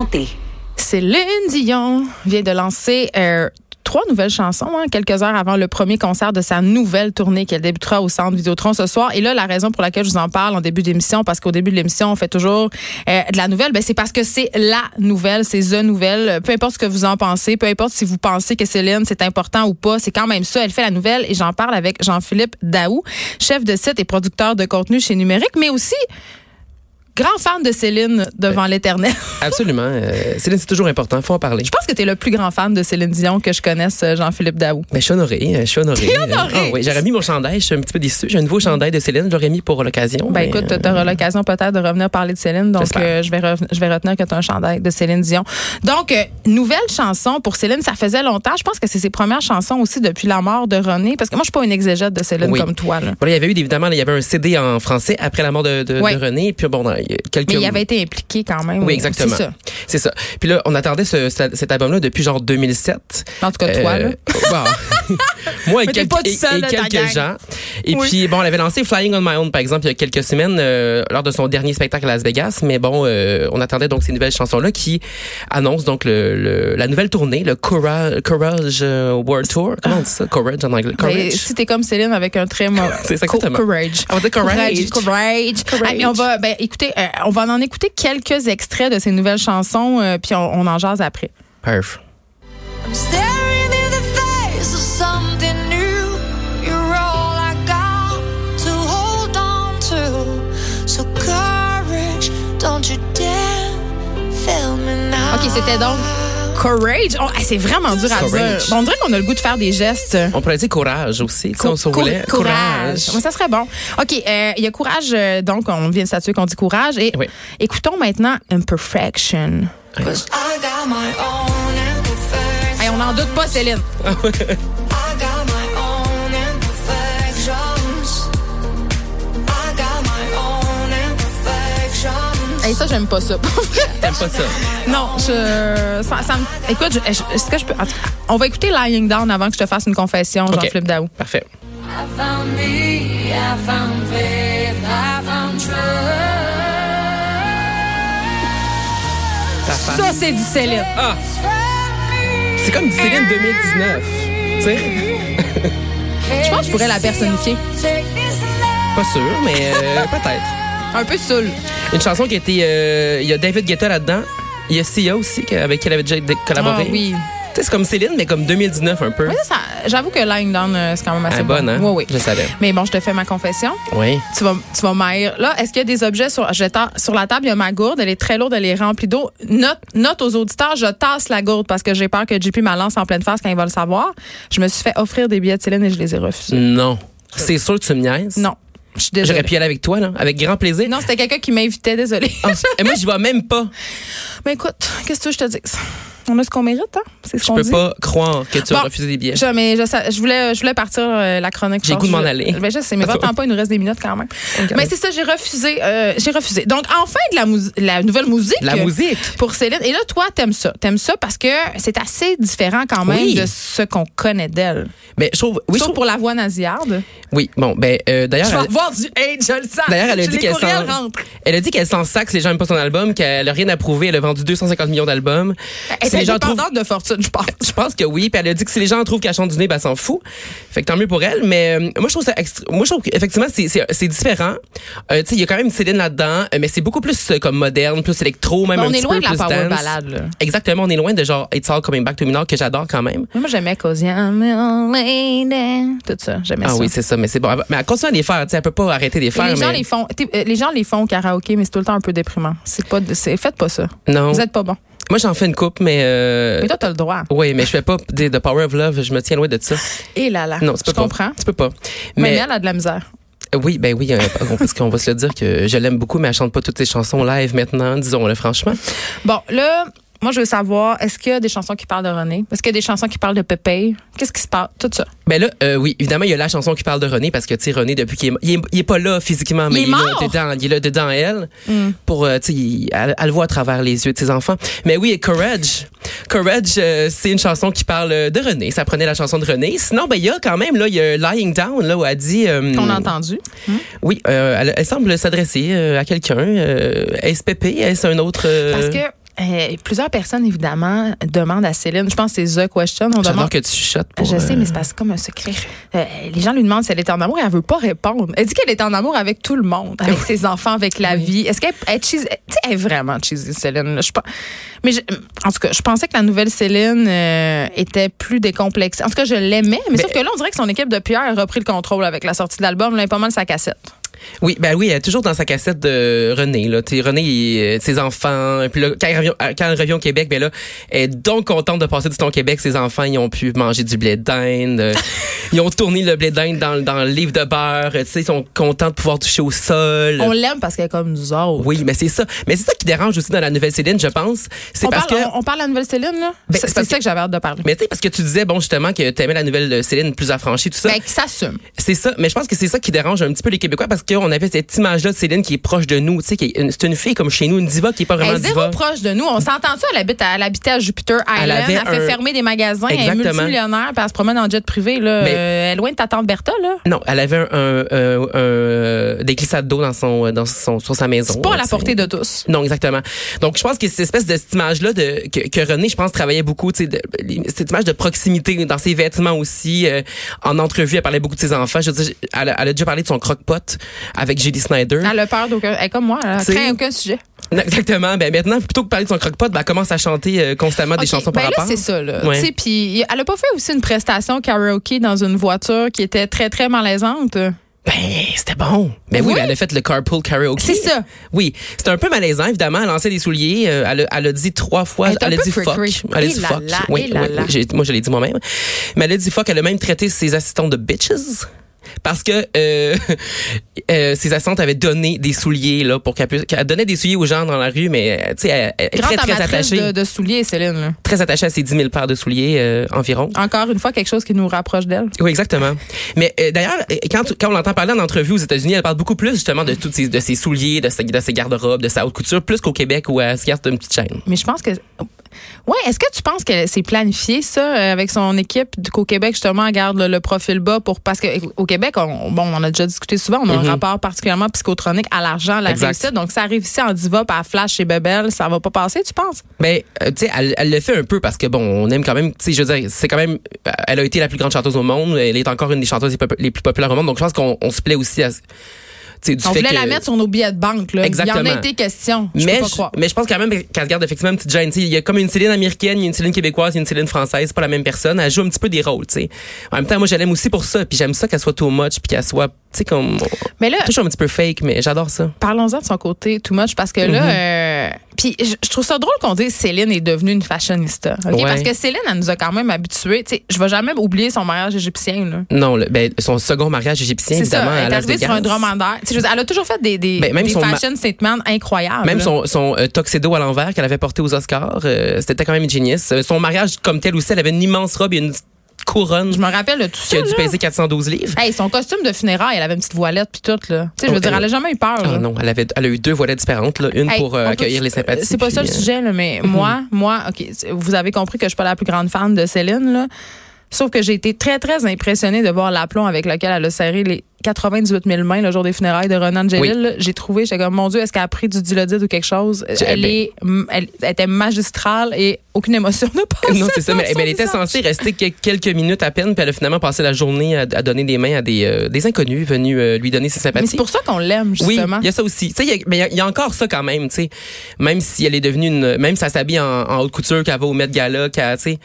Santé. Céline Dion vient de lancer euh, trois nouvelles chansons, hein, quelques heures avant le premier concert de sa nouvelle tournée qu'elle débutera au Centre Vidéotron ce soir. Et là, la raison pour laquelle je vous en parle en début d'émission, parce qu'au début de l'émission, on fait toujours euh, de la nouvelle, ben, c'est parce que c'est la nouvelle, c'est the nouvelle. Peu importe ce que vous en pensez, peu importe si vous pensez que Céline, c'est important ou pas, c'est quand même ça. Elle fait la nouvelle et j'en parle avec Jean-Philippe Daou, chef de site et producteur de contenu chez Numérique, mais aussi grand fan de Céline devant l'éternel. Absolument. Euh, Céline, c'est toujours important. faut en parler. Je pense que tu es le plus grand fan de Céline Dion que je connaisse, euh, Jean-Philippe Daou. Mais je suis honorée. euh, Je suis honorée. T'es honorée? Ah oui, J'aurais mis mon chandail. Je suis un petit peu déçue. J'ai un nouveau chandail de Céline. J'aurais mis pour l'occasion. Ben mais, écoute, euh, tu auras l'occasion peut-être de revenir parler de Céline, donc J'espère. euh, je, vais reven- je vais retenir que tu as un chandail de Céline Dion. Donc, euh, nouvelle chanson pour Céline, ça faisait longtemps. Je pense que c'est ses premières chansons aussi depuis la mort de René, parce que moi, je suis pas une exégète de Céline Oui. comme toi. là. voilà, il y avait eu, évidemment, là, il y avait un CD en français après la mort de, de, Ouais. de René. Puis bon, dans, il y a quelques. Mais il avait été impliqué quand même. Oui, exactement. C'est ça. C'est ça. Puis là, on attendait ce- ce- cet album-là depuis genre 2007. En tout cas, toi, là. Euh, bon. Moi et, Mais t'es quelques- pas tout et- seul, et là, ta quelques gens. gang. Et Oui. puis, bon, elle avait lancé Flying on My Own, par exemple, il y a quelques semaines, euh, lors de son dernier spectacle à Las Vegas. Mais bon, euh, on attendait donc ces nouvelles chansons-là qui annoncent donc le, le- la nouvelle tournée, le Courage, Courage euh, World Tour. Comment on dit ça? Courage en anglais. Courage. Ben, si t'es comme Céline avec un très mo- C'est ça, co- exactement. courage. On va dire courage. Courage. courage. Courage. Ah, mais on va, ben, écoutez, euh, on va en écouter quelques extraits de ces nouvelles chansons, euh, puis on, on en jase après. Perf. I'm staring in the face of something new. You're all I got to hold on to. So courage, don't you dare fail me now. Ok, c'était donc Courage. On- ah, c'est vraiment dur à Courage. dire. Bon, on dirait qu'on a le goût de faire des gestes. On pourrait dire courage aussi. si on se Cou- cou- roulait. courage. Ouais, ça serait bon. OK, euh, il y a courage, euh, donc on vient de statuer qu'on dit courage. Et Oui. écoutons maintenant Imperfection. 'Cause I got my own imperfections. Hey, on n'en doute pas, Céline. I got my own imperfections. I got my own imperfections. Hey, ça, j'aime pas ça. T'aimes pas ça? non, je. Ça, ça me- écoute, je- je- est-ce que je peux. en tout cas, On va écouter Lying Down avant que je te fasse une confession, Ok. Jean-Philippe Daou. Parfait. I found me, I found faith, I found trust. Ta face. Ça, c'est du Céline. Ah! C'est comme du Céline 2019. Tu sais? Je pense que je pourrais la personnifier. Pas sûr, mais euh, peut-être. Un peu saoul. Une chanson qui a été. euh, Il y a David Guetta là-dedans. Il y a Sia aussi, que- avec qui elle avait déjà dé- collaboré. Ah oui. Tu sais, C'est comme Céline, mais comme 2019 un peu. Mais ça, ça- J'avoue que Lying Down, euh, c'est quand même assez Elle est bonne, bon. Oui, hein? oui. Je le savais. Mais bon, je te fais ma confession. Oui. tu vas, tu vas m'haïr. Là, est-ce qu'il y a des objets sur, je ta- sur la table? Il y a ma gourde, elle est très lourde, elle est remplie d'eau. Note, note aux auditeurs, je tasse la gourde parce que j'ai peur que JP me la lance en pleine face quand il va le savoir. Je me suis fait offrir des billets de Céline et je les ai refusés. Non. C'est sûr que tu me niaises. Non. Je suis désolée. Mm. J'aurais pu y aller avec toi, là, avec grand plaisir. Non, c'était quelqu'un qui m'invitait, désolée. Ah, Et moi, je vois même pas. Mais écoute, qu'est-ce que tu veux que je te dis? On a ce qu'on mérite, hein? C'est ce Je qu'on peux dit. pas croire que tu as Bon, refusé des billets. Je, mais je, sa- je voulais, je voulais partir euh, la chronique. J'ai Genre, goût de je- m'en aller. Ben, je sais, mais va-t'en pas, il nous reste des minutes quand même. Mais c'est ça, j'ai refusé. euh, j'ai refusé. Donc, enfin, de la, mous- la nouvelle musique. La musique. Pour Céline. Et là, toi, t'aimes ça. T'aimes ça parce que c'est assez différent quand même Oui. de ce qu'on connaît d'elle. Mais je trouve. Sauf Oui, je trouve- pour la voix nasillarde. Oui, bon, ben, euh, d'ailleurs. Je vais elle- avoir du hate, je le sens. D'ailleurs, elle a Je- dit les qu'elle courriels s'en, rentrent. elle a dit qu'elle s'en sac, les gens n'aiment pas son album, qu'elle a rien à prouver, elle a vendu 250 millions d'albums. Elle Si est les gens trouvent- indépendante de fortune, je pense. Je pense que oui. Puis elle a dit que si les gens trouvent qu'elle chante du nez, ben, elle s'en fout. Fait que tant mieux pour elle. Mais euh, moi, je trouve ça extr- moi, je trouve qu'effectivement, c'est, c'est, c'est différent. Euh, tu sais, il y a quand même Céline là-dedans, euh, mais c'est beaucoup plus euh, comme moderne, plus électro, même Ben, un on est petit loin peu de la plus power dance. ballade, là. Exactement, on est loin de genre It's All Coming Back to Me Now que j'adore quand même. Moi, j'aimais Cozy. I'm a lady. Tout ça, j'aimais Ah ça. oui, c'est ça, mais c'est bon. Elle va- Mais elle continue à les faire, tu sais, elle peut pas arrêter de les Et faire. les, gens mais- les, font, t'es- euh, les gens les font au karaoké, mais c'est tout le temps un peu déprimant. C'est pas, de- c'est, faites pas ça. Non. Vous êtes pas bon. Moi, j'en fais une coupe, mais, euh... Mais toi, t'as le droit. oui, mais je fais pas de, de Power of Love, je me tiens loin de ça. Et Eh là là. Non, tu peux je pas. comprends. Tu peux pas. Mais elle a de la misère. Euh, Oui, ben oui, euh, parce qu'on va se le dire que je l'aime beaucoup, mais elle chante pas toutes ses chansons live maintenant, disons-le franchement. Bon, là, moi, je veux savoir, est-ce qu'il y a des chansons qui parlent de René? Est-ce qu'il y a des chansons qui parlent de Pépé? Qu'est-ce qui se passe? Tout ça. Ben là, euh, oui, évidemment, il y a la chanson qui parle de René, parce que, tu sais, René, depuis qu'il est, mo- il est, il est pas là physiquement, Il est mais il, est là mort! Mm. dedans, il est là dedans elle, pour, euh, tu sais, il- elle, elle le voit à travers les yeux de ses enfants. Mais oui, et Courage. Courage, euh, c'est une chanson qui parle euh, de René. Ça prenait la chanson de René. Sinon, ben, il y a quand même, là, il y a Lying Down, là, où elle dit... euh, Qu'on a entendu. Oui, euh, elle, elle semble s'adresser euh, à quelqu'un. Euh, est-ce Pépé? Est-ce un autre... euh, Parce que euh, plusieurs personnes, évidemment, demandent à Céline, je pense que c'est The Question, on demande J'adore que tu chuchotes pour. Je sais, euh, mais c'est parce que comme un secret. Euh, les gens lui demandent si elle est en amour et elle veut pas répondre. Elle dit qu'elle est en amour avec tout le monde, Ah avec ses enfants, avec la vie. Est-ce qu'elle elle est cheesy? Tu sais, elle est vraiment cheesy, Céline. là. Je sais pas. Mais je- en tout cas, je pensais que la nouvelle Céline euh, était plus décomplexée. En tout cas, je l'aimais, mais, sauf que là, on dirait que son équipe de Pierre a repris le contrôle avec la sortie de l'album. Là, elle est pas mal sa cassette. Oui, ben oui, elle est toujours dans sa cassette de René. Là. Tu sais, René, il, euh, ses enfants. Puis là, quand elle, revient, euh, quand elle revient au Québec, ben là, elle est donc contente de passer du temps au Québec. Ses enfants, ils ont pu manger du blé d'Inde. euh, ils ont tourné le blé d'Inde dans, dans le livre de beurre. euh, Tu sais, ils sont contents de pouvoir toucher au sol. On l'aime parce qu'elle est comme nous autres. Oui, mais c'est ça. Mais c'est ça qui dérange aussi dans la nouvelle Céline, je pense. C'est On parce parle, que. on, on parle de la nouvelle Céline, là? Ben, C'est- c'est c'est parce ça que j'avais hâte de parler. Mais tu sais, parce que tu disais, bon, justement, que t'aimais la nouvelle Céline plus affranchie, tout ça. Mais Ben, qui s'assume. C'est ça, mais je pense que c'est ça qui dérange un petit peu les Québécois parce qu'on avait cette image-là de Céline qui est proche de nous, tu sais, qui est une- c'est une fille comme chez nous, une diva qui est pas Elle vraiment est zéro diva. proche de nous. On s'entend-tu? Elle, habite à- elle habitait à Jupiter Elle Island. avait Elle, fait un- fermer des magasins. Elle est Exactement. multimillionnaire. Puis elle se promène en jet privé. Là. Mais- Oh, Euh, elle est loin de ta tante Bertha. Là. Non, elle avait un, un, un- un- des glissades d'eau dans son, dans son, sur sa maison. C'est pas à la tu sais. portée de tous. Non, exactement. Donc, je pense que cette espèce de cette image-là de que, que René, je pense, travaillait beaucoup, tu sais, de- les- cette image de proximité dans ses vêtements aussi. euh, en entrevue, elle parlait beaucoup de ses enfants. Je veux dire, elle, a- elle a déjà parlé de son croque-pot avec Julie Snyder. Elle a peur d'aucun. Elle est comme moi. Elle T'sais, craint aucun sujet. Non, Exactement. Ben maintenant, plutôt que parler de son croque-pot, ben, elle commence à chanter euh, constamment des Ok, chansons ben par là, rapport. c'est ça. Là. Ouais. Tu sais, Puis elle a pas fait aussi une prestation karaoke dans une voiture qui était très, très malaisante. Ben, c'était bon. Ben oui, Oui. ben, elle a fait le carpool karaoke. C'est ça. Oui, c'était un peu malaisant évidemment, elle lançait des souliers, euh, elle, a- elle a dit trois fois, Elle est un elle, a peu dit fuck. cray-cray. Elle a Et dit là fuck. là, oui, et là oui, là. j'ai- moi je l'ai dit moi-même. Mais elle a dit fuck, elle a même traité ses assistants de bitches. Parce que euh, euh, ses assistantes avaient donné des souliers là pour qu'elle puisse. qu'elle donnait des souliers aux gens dans la rue, mais euh, tu sais, elle, elle est Grande très très amatrice attachée, de, de souliers, Céline. là. très attachée à ses 10 000 paires de souliers euh, environ. Encore une fois, quelque chose qui nous rapproche d'elle. Oui, exactement. Mais euh, d'ailleurs, euh, quand, quand on l'entend parler en entrevue aux États-Unis, elle parle beaucoup plus justement de toutes ses, de ses souliers, de, sa- de ses garde-robes, de sa haute couture, plus qu'au Québec où elle se garde une petite chaîne. Mais je pense que. Ouais, est-ce que tu penses que c'est planifié, ça, euh, avec son équipe, qu'au Québec, justement, elle garde le, le profil bas pour. Parce que au Québec, on, bon, on en a déjà discuté souvent, on a un rapport particulièrement psychotronique à l'argent, à la Mm-hmm. Exact. réussite. Donc, ça arrive ici en diva, puis à Flash chez Bebel, ça va pas passer, tu penses? Mais euh, tu sais, elle, elle le fait un peu parce que bon, on aime quand même. Tu sais, je veux dire, c'est quand même. euh, Elle a été la plus grande chanteuse au monde. Elle est encore une des chanteuses les pop- les plus populaires au monde. Donc je pense qu'on on se plaît aussi à. ce- tu sais, Du on fait voulait que- la mettre sur nos billets de banque, là. Il y en Exactement. a été question. Je mais, peux pas je- croire. mais je pense quand même qu'elle se garde effectivement une petite gêne. Tu sais, Il y a comme une Céline américaine, il y a une Céline québécoise, il y a une Céline française, c'est pas la même personne. Elle joue un petit peu des rôles. tu sais. En même temps, moi, je l'aime aussi pour ça. Puis j'aime ça qu'elle soit too much, puis qu'elle soit, tu sais, comme Mais là, toujours un petit peu fake, mais j'adore ça. parlons-en de son côté too much parce que là Mm-hmm. euh, puis je je trouve ça drôle qu'on dise Céline est devenue une fashionista ok? Ouais. parce que Céline elle nous a quand même habitués tu sais je vais jamais oublier son mariage égyptien là Non, le- ben, son second mariage égyptien, c'est ça évidemment, à elle est Las arrivée sur Vegas. un dromadaire Tu sais, je veux dire, elle a toujours fait des des, Ben, même des son ma- fashion statements incroyables Même là. son, son euh, tuxedo à l'envers qu'elle avait porté aux Oscars, euh, c'était quand même genius. Euh, son mariage comme tel aussi, elle avait une immense robe et une couronne je me rappelle de tout qui ça a dû là. peser 412 livres. Hey, son costume de funérailles elle avait une petite voilette puis tout là tu sais je veux Oh, dire elle- elle a jamais eu peur Ah là. non, elle, avait, elle a eu deux voilettes différentes, là, une Hey, pour euh, on peut- accueillir les sympathies. C'est pas ça le puis, euh, sujet, là, mais moi, moi, OK, c'est- vous avez compris que je suis pas la plus grande fan de Céline, là. Sauf que j'ai été très, très impressionnée de voir l'aplomb avec lequel elle a serré les 98 000 mains le jour des funérailles de Ronan Gélil. Oui. là. J'ai trouvé, j'étais comme, mon Dieu, est-ce qu'elle a pris du dilodide ou quelque chose? Je- Elle, ben- est, elle, elle était magistrale et aucune émotion n'a passé. Non, c'est ça, dans mais, son mais elle était visage. censée rester que- quelques minutes à peine, puis elle a finalement passé la journée à, à donner des mains à des, euh, des inconnus venus euh, lui donner ses Mais sympathies. c'est pour ça qu'on l'aime, Oui, justement. il y a ça aussi. Tu sais, il y a- mais il y a- il y, a encore ça quand même, tu sais. Même si elle est devenue une, même si elle s'habille en, en haute couture, qu'elle va au Met Gala, qu'elle, tu sais.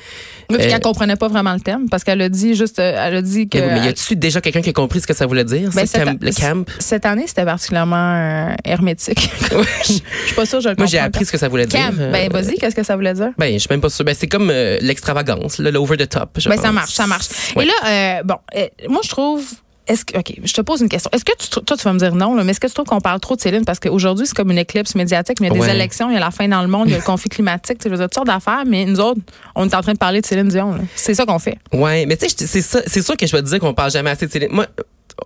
Oui, puis Euh, qu'elle comprenait pas vraiment le thème parce qu'elle a dit juste, euh, elle a dit que. Mais, oui, mais y a-tu déjà quelqu'un qui a compris ce que ça voulait dire, Ben, ce cette- camp- le camp? Cette année, c'était particulièrement euh, hermétique. je je suis pas sûre, que je le Moi, j'ai comprends appris ce que ça voulait Cam, dire. ben Euh, vas-y, qu'est-ce que ça voulait dire? ben, je suis même pas sûre. Ben, c'est comme euh, l'extravagance, là, l'over the top. je Ben ça pense. marche, ça marche. Ouais. Et là, euh, bon, euh, moi je trouve. Est-ce que, OK, je te pose une question. Est-ce que tu, trou- toi, tu vas me dire non, là, mais est-ce que tu trouves qu'on parle trop de Céline? Parce qu'aujourd'hui, c'est comme une éclipse médiatique. mais Il y a Ouais. des élections, il y a la fin dans le monde, il y a le conflit climatique, tu sais, je veux dire, toutes sortes d'affaires, mais nous autres, on est en train de parler de Céline Dion. là. C'est ça qu'on fait. Ouais, mais tu sais, je- c'est ça, c'est sûr que je vais te dire qu'on parle jamais assez de Céline. Moi,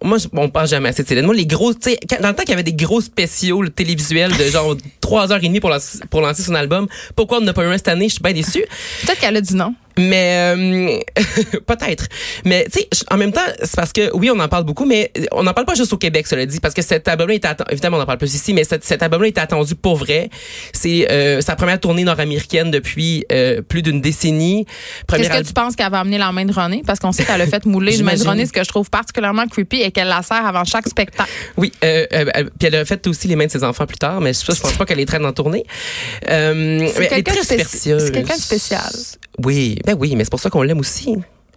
moi, je- on parle jamais assez de Céline. Moi, les gros, tu sais, quand- dans le temps qu'il y avait des gros spéciaux le télévisuels de genre 3h30 pour lancer, pour lancer son album, pourquoi on n'a pas eu un cette année? Je suis bien déçue. Peut-être qu'elle a dit non. Mais euh, peut-être. Mais tu sais, en même temps, c'est parce que oui, on en parle beaucoup, mais on n'en parle pas juste au Québec, cela dit, parce que cet album-là est atten- évidemment on en parle plus ici, mais cet, cet album-là est attendu pour vrai. C'est euh, sa première tournée nord-américaine depuis euh, plus d'une décennie. Qu'est-ce Première que tu penses qu'elle va amener la main de René? Parce qu'on sait qu'elle a fait mouler une main de J'imagine. René, ce que je trouve particulièrement creepy, et qu'elle la sert avant chaque spectacle. Oui, euh, euh, euh, puis elle a fait aussi les mains de ses enfants plus tard, mais ça, je pense pas qu'elle les traîne en tournée. Euh, mais elle est quelqu'un très de spéci- superstitieuse. c'est quelqu'un de spécial. Oui, ben oui, mais c'est pour ça qu'on l'aime aussi.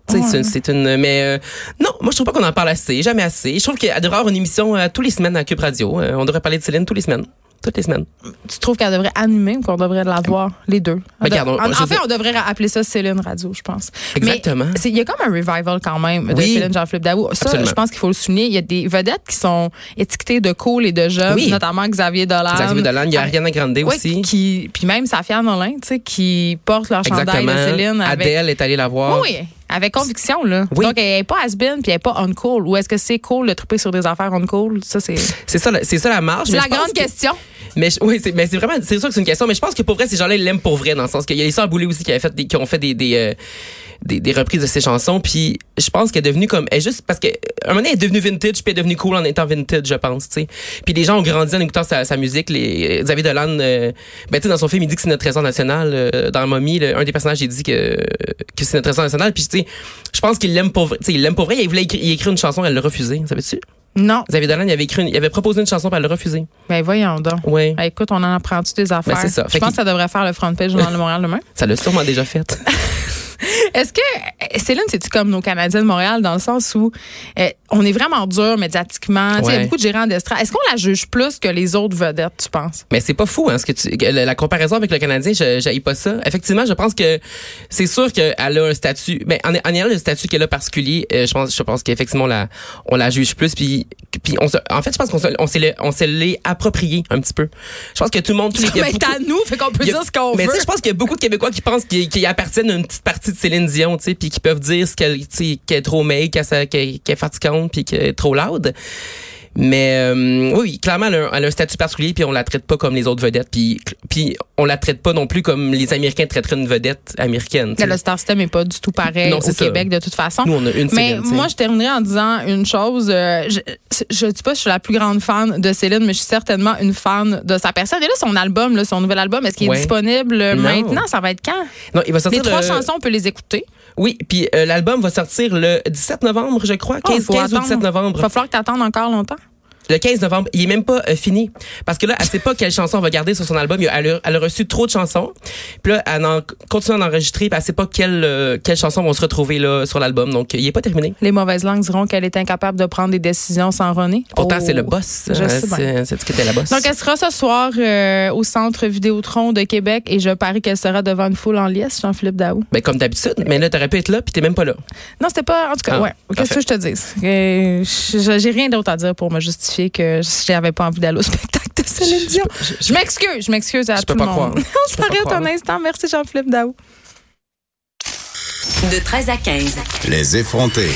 Tu sais, Ouais. C'est une, c'est une, mais euh, non, moi je trouve pas qu'on en parle assez, jamais assez. Je trouve qu'elle devrait avoir une émission euh, tous les semaines à Cube Radio. Euh, on devrait parler de Céline tous les semaines, toutes les semaines. Tu trouves qu'elle devrait animer ou qu'on devrait la voir? Les deux. On Ben, regarde, de- on- en, je en fait, veux- on devrait appeler ça Céline Radio, je pense. Exactement. Mais c'est- il y a comme un revival quand même de Oui. Céline Jean-Philippe Daou. Ça, Absolument. je pense qu'il faut le souligner. Il y a des vedettes qui sont étiquetées de cool et de jeunes, Oui. notamment Xavier Dolan. Xavier Dolan, il y a Ariana Grande Um, Ouais, aussi. Qui, puis même Safia Nolin, tu sais, qui porte leur chandail de Exactement. Céline avec Adèle est allée la voir. Oui, oui, avec conviction, là. Ah. Oui. Donc, elle n'est pas has-been puis elle n'est pas on-cool. Ou est-ce que c'est cool de triper sur des affaires on-cool? Ça, c'est C'est ça, la- c'est ça la marche. c'est mais la je pense grande que- question. Mais je- oui, c'est mais c'est vraiment c'est sûr que c'est une question mais je pense que pour vrai ces gens-là ils l'aiment pour vrai dans le sens qu'il y a les sœurs Boulay aussi qui avaient fait des, qui ont fait des des, euh, des des reprises de ses chansons puis je pense qu'elle est devenue comme elle est juste parce que euh, à un moment donné elle est devenue vintage puis elle est devenue cool en étant vintage je pense tu sais. Puis les gens ont grandi en écoutant sa, sa musique les euh, Xavier Dolan euh, ben tu sais dans son film il dit que c'est notre trésor national euh, dans Mommy le- un des personnages il dit que que c'est notre trésor national puis tu sais je pense qu'il l'aime pour vrai, tu sais il l'aime pour vrai il voulait écrire, il a écrit une chanson elle l'a refusée, savais-tu Non. Xavier Dolan il avait écrit une- il avait proposé une chanson puis elle l'a refusée. Ben, voyons donc. Ouais. Ben, écoute, on en apprend-tu des affaires? Ben, c'est ça. Je Fait pense que qu'il- ça devrait faire le front page dans le Montréal demain. Ça l'a sûrement déjà fait. Est-ce que, euh, Céline, c'est-tu comme nos Canadiens de Montréal dans le sens où euh, on est vraiment dur médiatiquement? Tu sais, Il y a Ouais. beaucoup de gérants d'estrade. Est-ce qu'on la juge plus que les autres vedettes, tu penses? Mais c'est pas fou, hein, ce que tu, que la, la comparaison avec le Canadien, je j'haïs pas ça. Effectivement, je pense que c'est sûr qu'elle a un statut, ben, en, en ayant le statut qu'elle a particulier, euh, je pense, je pense qu'effectivement, on la, on la juge plus, puis, puis on se, en fait, je pense qu'on se, on s'est, le- on s'est l'est approprié un petit peu. Je pense que tout le monde, tout Mais t'as nous, fait qu'on peut dire ce qu'on mais tu veut. sais, je pense qu'il y a beaucoup de Québécois qui pensent qu'ils qu'ils appartiennent à une petite partie de Céline Dion, tu sais, puis qui peuvent dire ce qu'elle, tu sais, qu'elle est trop maigre, qu'elle, sa- qu'elle, qu'elle est fatigante, puis qu'elle est trop loud. Mais euh, oui, clairement, elle a, un- elle a un statut particulier, puis on la traite pas comme les autres vedettes, puis cl- puis on la traite pas non plus comme les Américains traiteraient une vedette américaine. tu sais. Le star system n'est pas du tout pareil Non, au c'est ça. Québec, de toute façon. Nous, on a une Mais Céline, tu sais. moi, je terminerai en disant une chose. euh, je ne dis pas que je suis la plus grande fan de Céline, mais je suis certainement une fan de sa personne. Et là, son album, là, son nouvel album, est-ce qu'il est Ouais. disponible euh, Non. maintenant? Ça va être quand? Non, il va Les sortir trois le- chansons, on peut les écouter. Oui, puis euh, l'album va sortir le 17 novembre, je Oh, crois, 15, 15 ou 17 novembre. Il va falloir que tu attendes encore longtemps. Le 15 novembre, il est même pas euh, fini parce que là, elle sait pas quelle chanson elle va garder sur son album. Il y a- Elle a, elle a reçu trop de chansons. Puis là, elle en, continue à en enregistrer, puis elle sait pas quelles euh, quelles chansons vont se retrouver là sur l'album. Donc, il est pas terminé. Les mauvaises langues diront qu'elle est incapable de prendre des décisions sans René. Pourtant, Oh. c'est le boss. Je Hein, sais bien. c'est c'est que t'es la boss. Donc, elle sera ce soir euh, au Centre Vidéotron de Québec et je parie qu'elle sera devant une foule en liesse, Jean-Philippe Daou. Ben, comme d'habitude, mais là, t'aurais pu être là, puis t'es même pas là. Non, c'était pas. En tout cas, Ah, ouais. Qu'est-ce parfait. que je te dis? Euh, je- J'ai rien d'autre à dire pour me justifier que j'avais pas envie d'aller au spectacle de Céline Dion. Je m'excuse, je m'excuse à Je tout peux le pas monde. croire. On Je peux pas s'arrête croire. un instant. Merci Jean-Philippe Daou. De 13 à 15. Les effrontés.